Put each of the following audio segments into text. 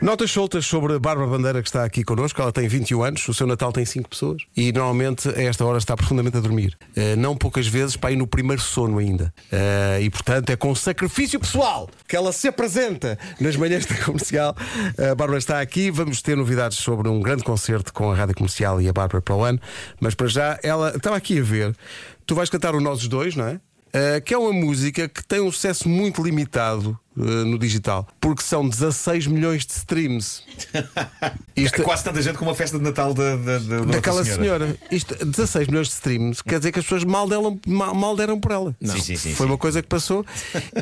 Notas soltas sobre a Bárbara Bandeira que está aqui connosco. Ela tem 21 anos, o seu Natal tem 5 pessoas e normalmente a esta hora está profundamente a dormir. Eh, não poucas vezes para ir no primeiro sono ainda. Eh, e portanto é com sacrifício pessoal que ela se apresenta nas manhãs da comercial. A Bárbara está aqui. Vamos ter novidades sobre um grande concerto com a rádio comercial e a Bárbara para o ano. Mas para já, ela estava aqui a ver. Tu vais cantar o Nós os Dois, não é? Uh, que é uma música que tem um sucesso muito limitado uh, no digital, porque são 16 milhões de streams. Isto- É Quase tanta gente como a festa de Natal da, da, da- da daquela outra senhora. Isto, 16 milhões de streams, quer dizer que as pessoas mal, deram, mal, mal deram por ela. Não. Sim, sim, sim, Foi uma coisa que passou.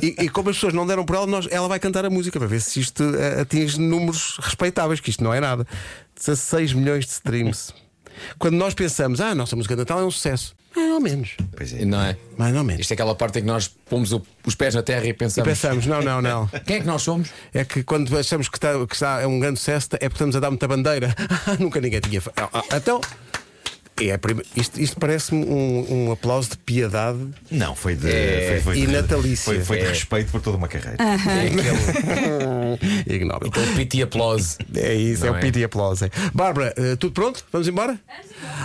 E, e como as pessoas não deram por ela, nós- ela vai cantar a música para ver se isto eh, atinge números respeitáveis, que isto não é nada. 16 milhões de streams. Quando nós pensamos, ah, a nossa música de Natal é um sucesso. Mais ou menos. Pois é. Não é? Mais ou menos. Isto é aquela parte em que nós pomos o- os pés na terra e E é um pensamos. pensamos, não, não, não. Quem é que nós somos? É que quando achamos que está, que está é um grande sucesso, é porque estamos a dar muita bandeira. Nunca ninguém tinha. fe- Ah, ah, Então. É a prime- isto isto parece-me um, um aplauso de piedade. Não, foi de. É, foi, foi e de- natalícia. Foi, foi de É. respeito por toda uma carreira. Ah, É aquele, um- Ignóbil. aquele piti aplauso. É isso, Não é o é? piti aplauso. é. Bárbara, eh, tudo pronto? Vamos embora?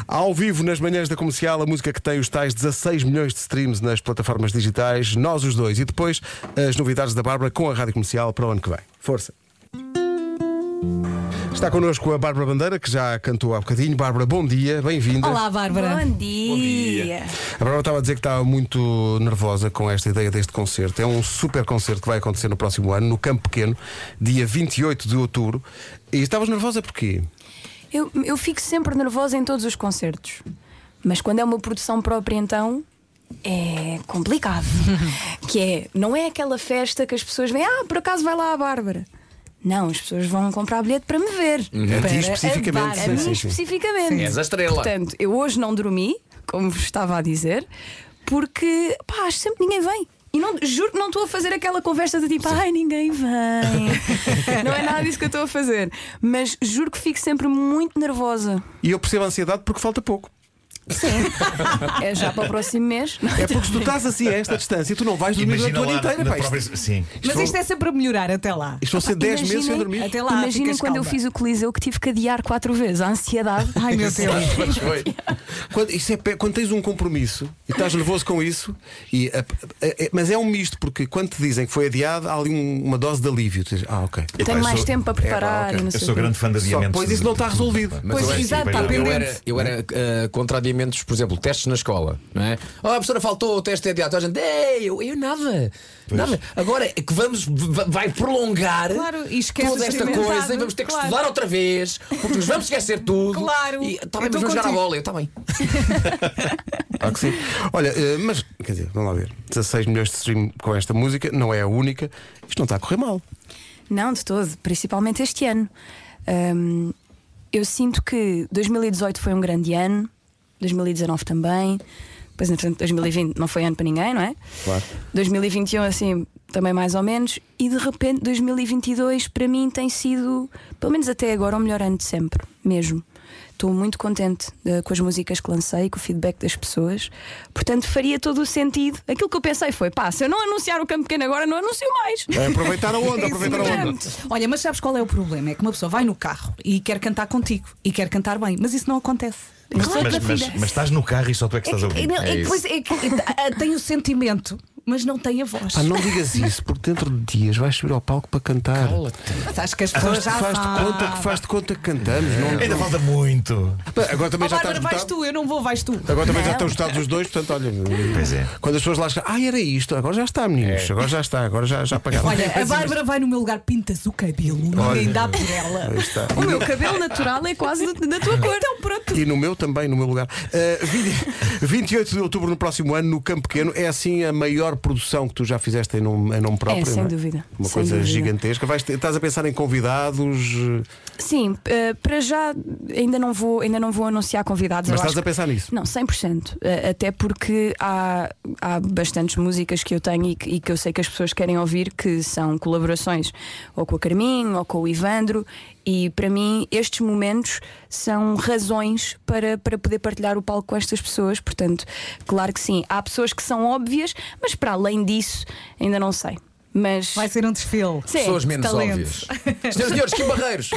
Ao vivo nas manhãs da comercial, a música que tem os tais 16 milhões de streams nas plataformas digitais, nós os dois. E depois as novidades da Bárbara com a rádio comercial para o ano que vem. Força! Está connosco a Bárbara Bandeira, que já cantou há bocadinho. Bárbara, bom dia, bem-vinda. Olá, Bárbara. Bom dia. A Bárbara estava a dizer que estava muito nervosa com esta ideia deste concerto. É um super concerto que vai acontecer no próximo ano, no Campo Pequeno, dia 28 de outubro. E estavas nervosa porquê? Eu, eu fico sempre nervosa em todos os concertos, mas quando é uma produção própria, então. É complicado. que é, não é aquela festa que as pessoas vêm, ah, por acaso vai lá a Bárbara. Não, as pessoas vão comprar bilhete para me ver. A Para ti especificamente. A Sim, mim sim, sim. É especificamente. És a estrela. Portanto, eu hoje não dormi, como vos estava a dizer, porque pá, acho sempre que ninguém vem. E não, juro que não estou a fazer aquela conversa de tipo, ai, ninguém vem. não é nada disso que eu estou a fazer. Mas juro que fico sempre muito nervosa. E eu percebo a ansiedade porque falta pouco. Sim. é já para o próximo mês. É porque se tu estás assim a esta distância, tu não vais dormir durante Imagina o ano lá inteiro. na Pá, própria- isto, Sim. Mas isto é sempre a melhorar até lá. isto vão ser 10 meses sem dormir. Até lá, Imaginem ficas quando eu calma. fiz o Coliseu que tive que adiar quatro vezes a ansiedade. Ai meu Deus. Pois foi. Quando, isso é pe- quando tens um compromisso e estás nervoso com isso, e a- a- a- mas é um misto, porque quando te dizem que foi adiado, há ali um- uma dose de alívio. Tu dizes, ah, ok. Epá, Tenho eu mais sou- tempo para preparar. ok. e não Eu sei sou o quê. grande fã de Só, adiamentos. pois isso de- não está de- resolvido. Mas Pois, eu era- exato, está é. eu pendente. era, eu era ah, contra adiamentos, por exemplo, testes na escola, não é? Ah, a professora faltou, o teste é adiado. Toda A gente, ei, eu, eu nada, nada. Agora é que vamos, va- vai prolongar Claro, e esquece toda de esta experimentar, coisa e vamos ter que claro. estudar outra vez, porque nos vamos esquecer tudo. Claro, E, tá bem, mas eu tô vamos jogar a contigo. bola, eu também. Claro que sim. Olha, eh, mas, quer dizer, vamos lá ver. 16 milhões de stream com esta música, não é a única. Isto não está a correr mal. Não, de todo, principalmente este ano. Hum, eu sinto que 2018 foi um grande ano, 2019 também, depois, entretanto, 2020 não foi ano para ninguém, não é? Claro. 2021, assim, também mais ou menos, e de repente 2022 para mim tem sido, pelo menos até agora, o melhor ano de sempre, mesmo. Estou muito contente eh, com as músicas que lancei, com o feedback das pessoas. Portanto, faria todo o sentido. Aquilo que eu pensei foi: pá, se eu não anunciar o Campo Pequeno agora, não anuncio mais. É Aproveitar a onda, aproveitar a onda. Portanto, É assim, Olha, mas sabes qual é o problema? É que uma pessoa vai no carro e quer cantar contigo e quer cantar bem, mas isso não acontece. Mas, é Claro mas, que mas, acontece. mas estás no carro e só tu é que estás a ouvir. não, É que isso. depois é que- ah, tem o sentimento, mas Ah, não tem a voz. Pá, Ah, não digas isso, porque dentro de dias vais subir ao palco para cantar. Mas acho que as pessoas Faz-te já faz-te sabem. conta, que- faz-te conta que cantamos. não- É. Ainda falta muito. Ah, Pá, Agora também Oh, já está Bárbara, vais esgotado. tu, eu não vou, vais tu. Agora também já estão esgotados os dois, portanto, olha. Pois é. Quando as pessoas lá chegam, ah, era isto, agora já está, É. meninos, agora já está, agora já, já pagaram. Olha, a Bárbara vai no meu lugar, pintas o cabelo, ninguém Olha. dá por ela. Aí está. O meu cabelo natural é quase do- da tua cor. Então, pronto. E no meu também, no meu lugar. Uh, 20 28 de outubro no próximo ano, no Campo Pequeno, é assim a maior produção que tu já fizeste em nome, em nome próprio. É, sem não dúvida, Uma sem coisa dúvida. gigantesca. Vais ter- estás a pensar em convidados. uh, Sim, eh, para já ainda não vou, ainda não vou anunciar convidados. Mas eu estás acho a pensar nisso? Não, 100%. eh, Até porque há, há bastantes músicas que eu tenho e que, e que eu sei que as pessoas querem ouvir que são colaborações ou com a Carminho ou com o Ivandro. E para mim, estes momentos são razões para, para poder partilhar o palco com estas pessoas. Portanto, claro que sim, há pessoas que são óbvias, mas para além disso, ainda não sei. Mas Vai ser um desfile. Sim, Pessoas menos talento. óbvias. Senhoras e senhores, que barreiros!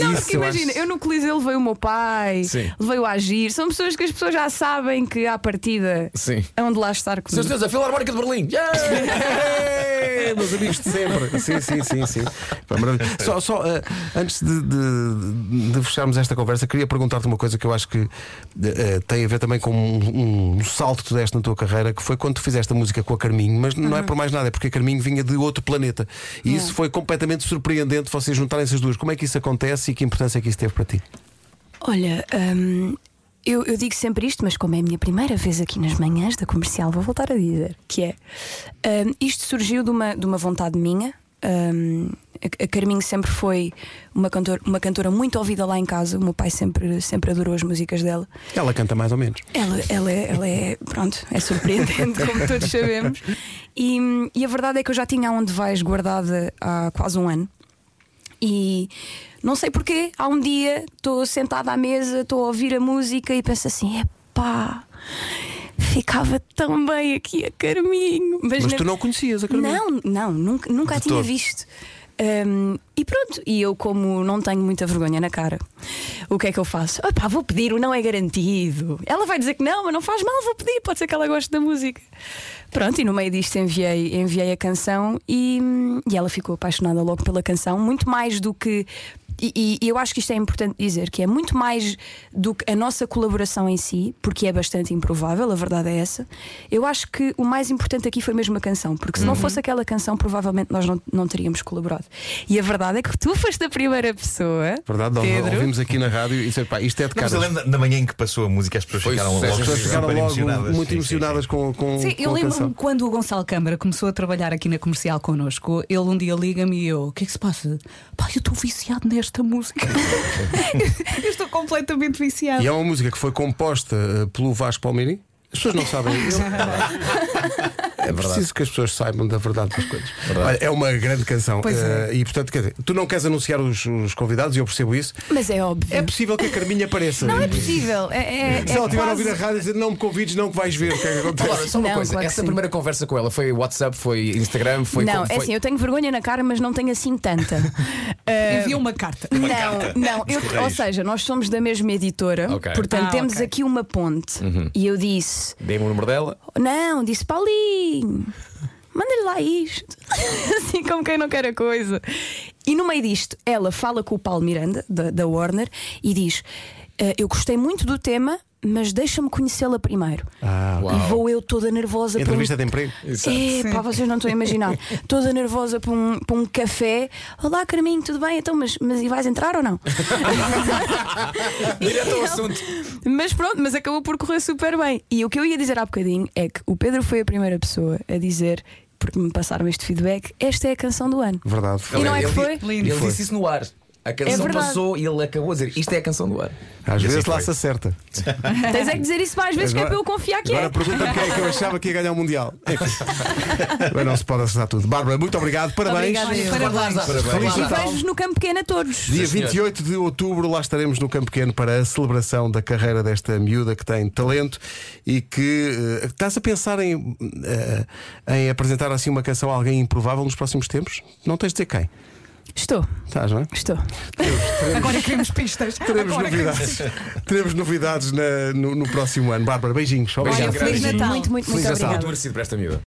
Não, Isso porque eu imagina, acho- eu no Coliseu levei o meu pai, Sim. levei o Agir. São pessoas que as pessoas já sabem que à partida Sim. é onde lá estar comigo. Senhoras e senhores, a Filarmónica de Berlim! Yeah! É, meus amigos de sempre. Sim, sim, sim, sim. Pá, maravilha. Só, só, eh, antes de, de- de fecharmos esta conversa, queria perguntar-te uma coisa que eu acho que eh, tem a ver também com um, um salto que tu deste na tua carreira, que foi quando tu fizeste a música com a Carminho, mas não é por mais nada, é porque a Carminho vinha de outro planeta. E isso É. foi completamente surpreendente vocês juntarem essas duas. Como é que isso acontece e que importância é que isso teve para ti? Olha, hum, eu, eu digo sempre isto, mas como é a minha primeira vez aqui nas manhãs da comercial, vou voltar a dizer que é. hum, isto surgiu de uma, de uma vontade minha. Hum, a- a Carminho sempre foi uma cantora, uma cantora muito ouvida lá em casa. O meu pai sempre, sempre adorou as músicas dela. Ela canta mais ou menos. Ela, ela, é, ela é, pronto, é surpreendente, como todos sabemos. E, e a verdade é que eu já tinha aonde vais guardada há quase um ano. E não sei porquê, há um dia estou sentada à mesa, estou a ouvir a música e penso assim: epá, ficava tão bem aqui a Carminho. Mas na- tu não conhecias a Carminho. não, não, nunca, nunca a De tinha todo. visto. Hum, e pronto, e eu, como não tenho muita vergonha na cara, o que é que eu faço? Opá, vou pedir, o não é garantido. Ela vai dizer que não, mas não faz mal, vou pedir, pode ser que ela goste da música. Pronto, e no meio disto enviei, enviei a canção e, hum, e ela ficou apaixonada logo pela canção, muito mais do que. E, e- e eu acho que isto é importante dizer que é muito mais do que a nossa colaboração em si, porque é bastante improvável, a verdade é essa. Eu acho que o mais importante aqui foi mesmo a canção, porque se não fosse aquela canção, provavelmente nós não, não teríamos colaborado. E a verdade é que tu foste a primeira pessoa. Verdade, nós Pedro, ouvimos aqui na rádio e disse, pá, isto é de Não, mas caras. eu lembro na manhã em que passou a música, as pessoas Foi ficaram sucesso, logo, As pessoas Sim, ficaram super logo emocionadas. muito Sim, sim, emocionadas com, com, Sim, eu com a lembro-me canção. quando o Gonçalo Câmara começou a trabalhar aqui na comercial connosco. Ele um dia liga-me e eu: O que é que se passa? Pá, eu estou viciado nesta música. eu estou completamente viciado. E é uma música que foi composta eh, pelo Vasco Palmini. As pessoas não sabem isso. É preciso que as pessoas saibam da verdade das coisas. Olha, é uma grande canção. Pois é. Eh, E portanto, quer dizer, tu não queres anunciar os, os convidados, e eu percebo isso. Mas é óbvio. É possível que a Carminha apareça. Não é possível. É, é, Se é ela estiver a ouvir quase- a rádio e dizer não me convides, não que vais ver o que é que acontece. Agora, só uma Não, coisa, claro que essa sim. primeira conversa com ela foi WhatsApp, foi Instagram, foi. não, como foi... é assim, eu tenho vergonha na cara, mas não tenho assim tanta. Ah, Enviou uma carta. Não, carta não, dos eu- Correios. ou seja, nós somos da mesma editora, Ok. portanto Ah, temos ok. aqui uma ponte. E eu disse: Dei-me o número dela. Não, disse Paulinho, manda-lhe lá isto. assim como quem não quer a coisa. E no meio disto, ela fala com o Paulo Miranda, da, da Warner, e diz: "Ah, Eu gostei muito do tema, mas deixa-me conhecê-la primeiro. Ah, Uau. E vou eu toda nervosa para um Entrevista de emprego. é, pá, vocês não estão a imaginar. Toda nervosa para um, para um café. Olá, Carminho, tudo bem? Então, mas, mas e vais entrar ou não? Direto ao Eu- assunto. Mas pronto, mas acabou por correr super bem. E o que eu ia dizer há bocadinho é que o Pedro foi a primeira pessoa a dizer, porque me passaram este feedback, esta é a canção do ano. Verdade. E não é que Ele- foi? É Ele, ele disse isso no ar. A canção verdade. passou e ele acabou a dizer: Isto é a canção do ar. Às E assim vezes lá foi. se acerta. Tens é que dizer isso mais vezes, que é para eu confiar que agora é. pergunta-me quem é que eu achava que ia ganhar o Mundial. Bem, não se pode acertar tudo. Bárbara, muito obrigado. Parabéns. Obrigada. Olha, Parabéns. parabéns. E Parabéns. vejo-vos no campo pequeno a todos. Dia senhor. 28 de outubro, lá estaremos no Campo Pequeno para a celebração da carreira desta miúda que tem talento e que eh, estás a pensar em, eh, em apresentar assim uma canção a alguém improvável nos próximos tempos? Não tens de dizer quem? Estou, Estás, não é? estou. Agora queremos pistas. Teremos Agora queremos novidades, teremos novidades na- no, no próximo ano. Bárbara, beijinhos. Obrigado. Olha, grande Feliz beijinho. Natal. Muito, muito, Feliz muito Natal. obrigada. Muito merecido para esta miúda.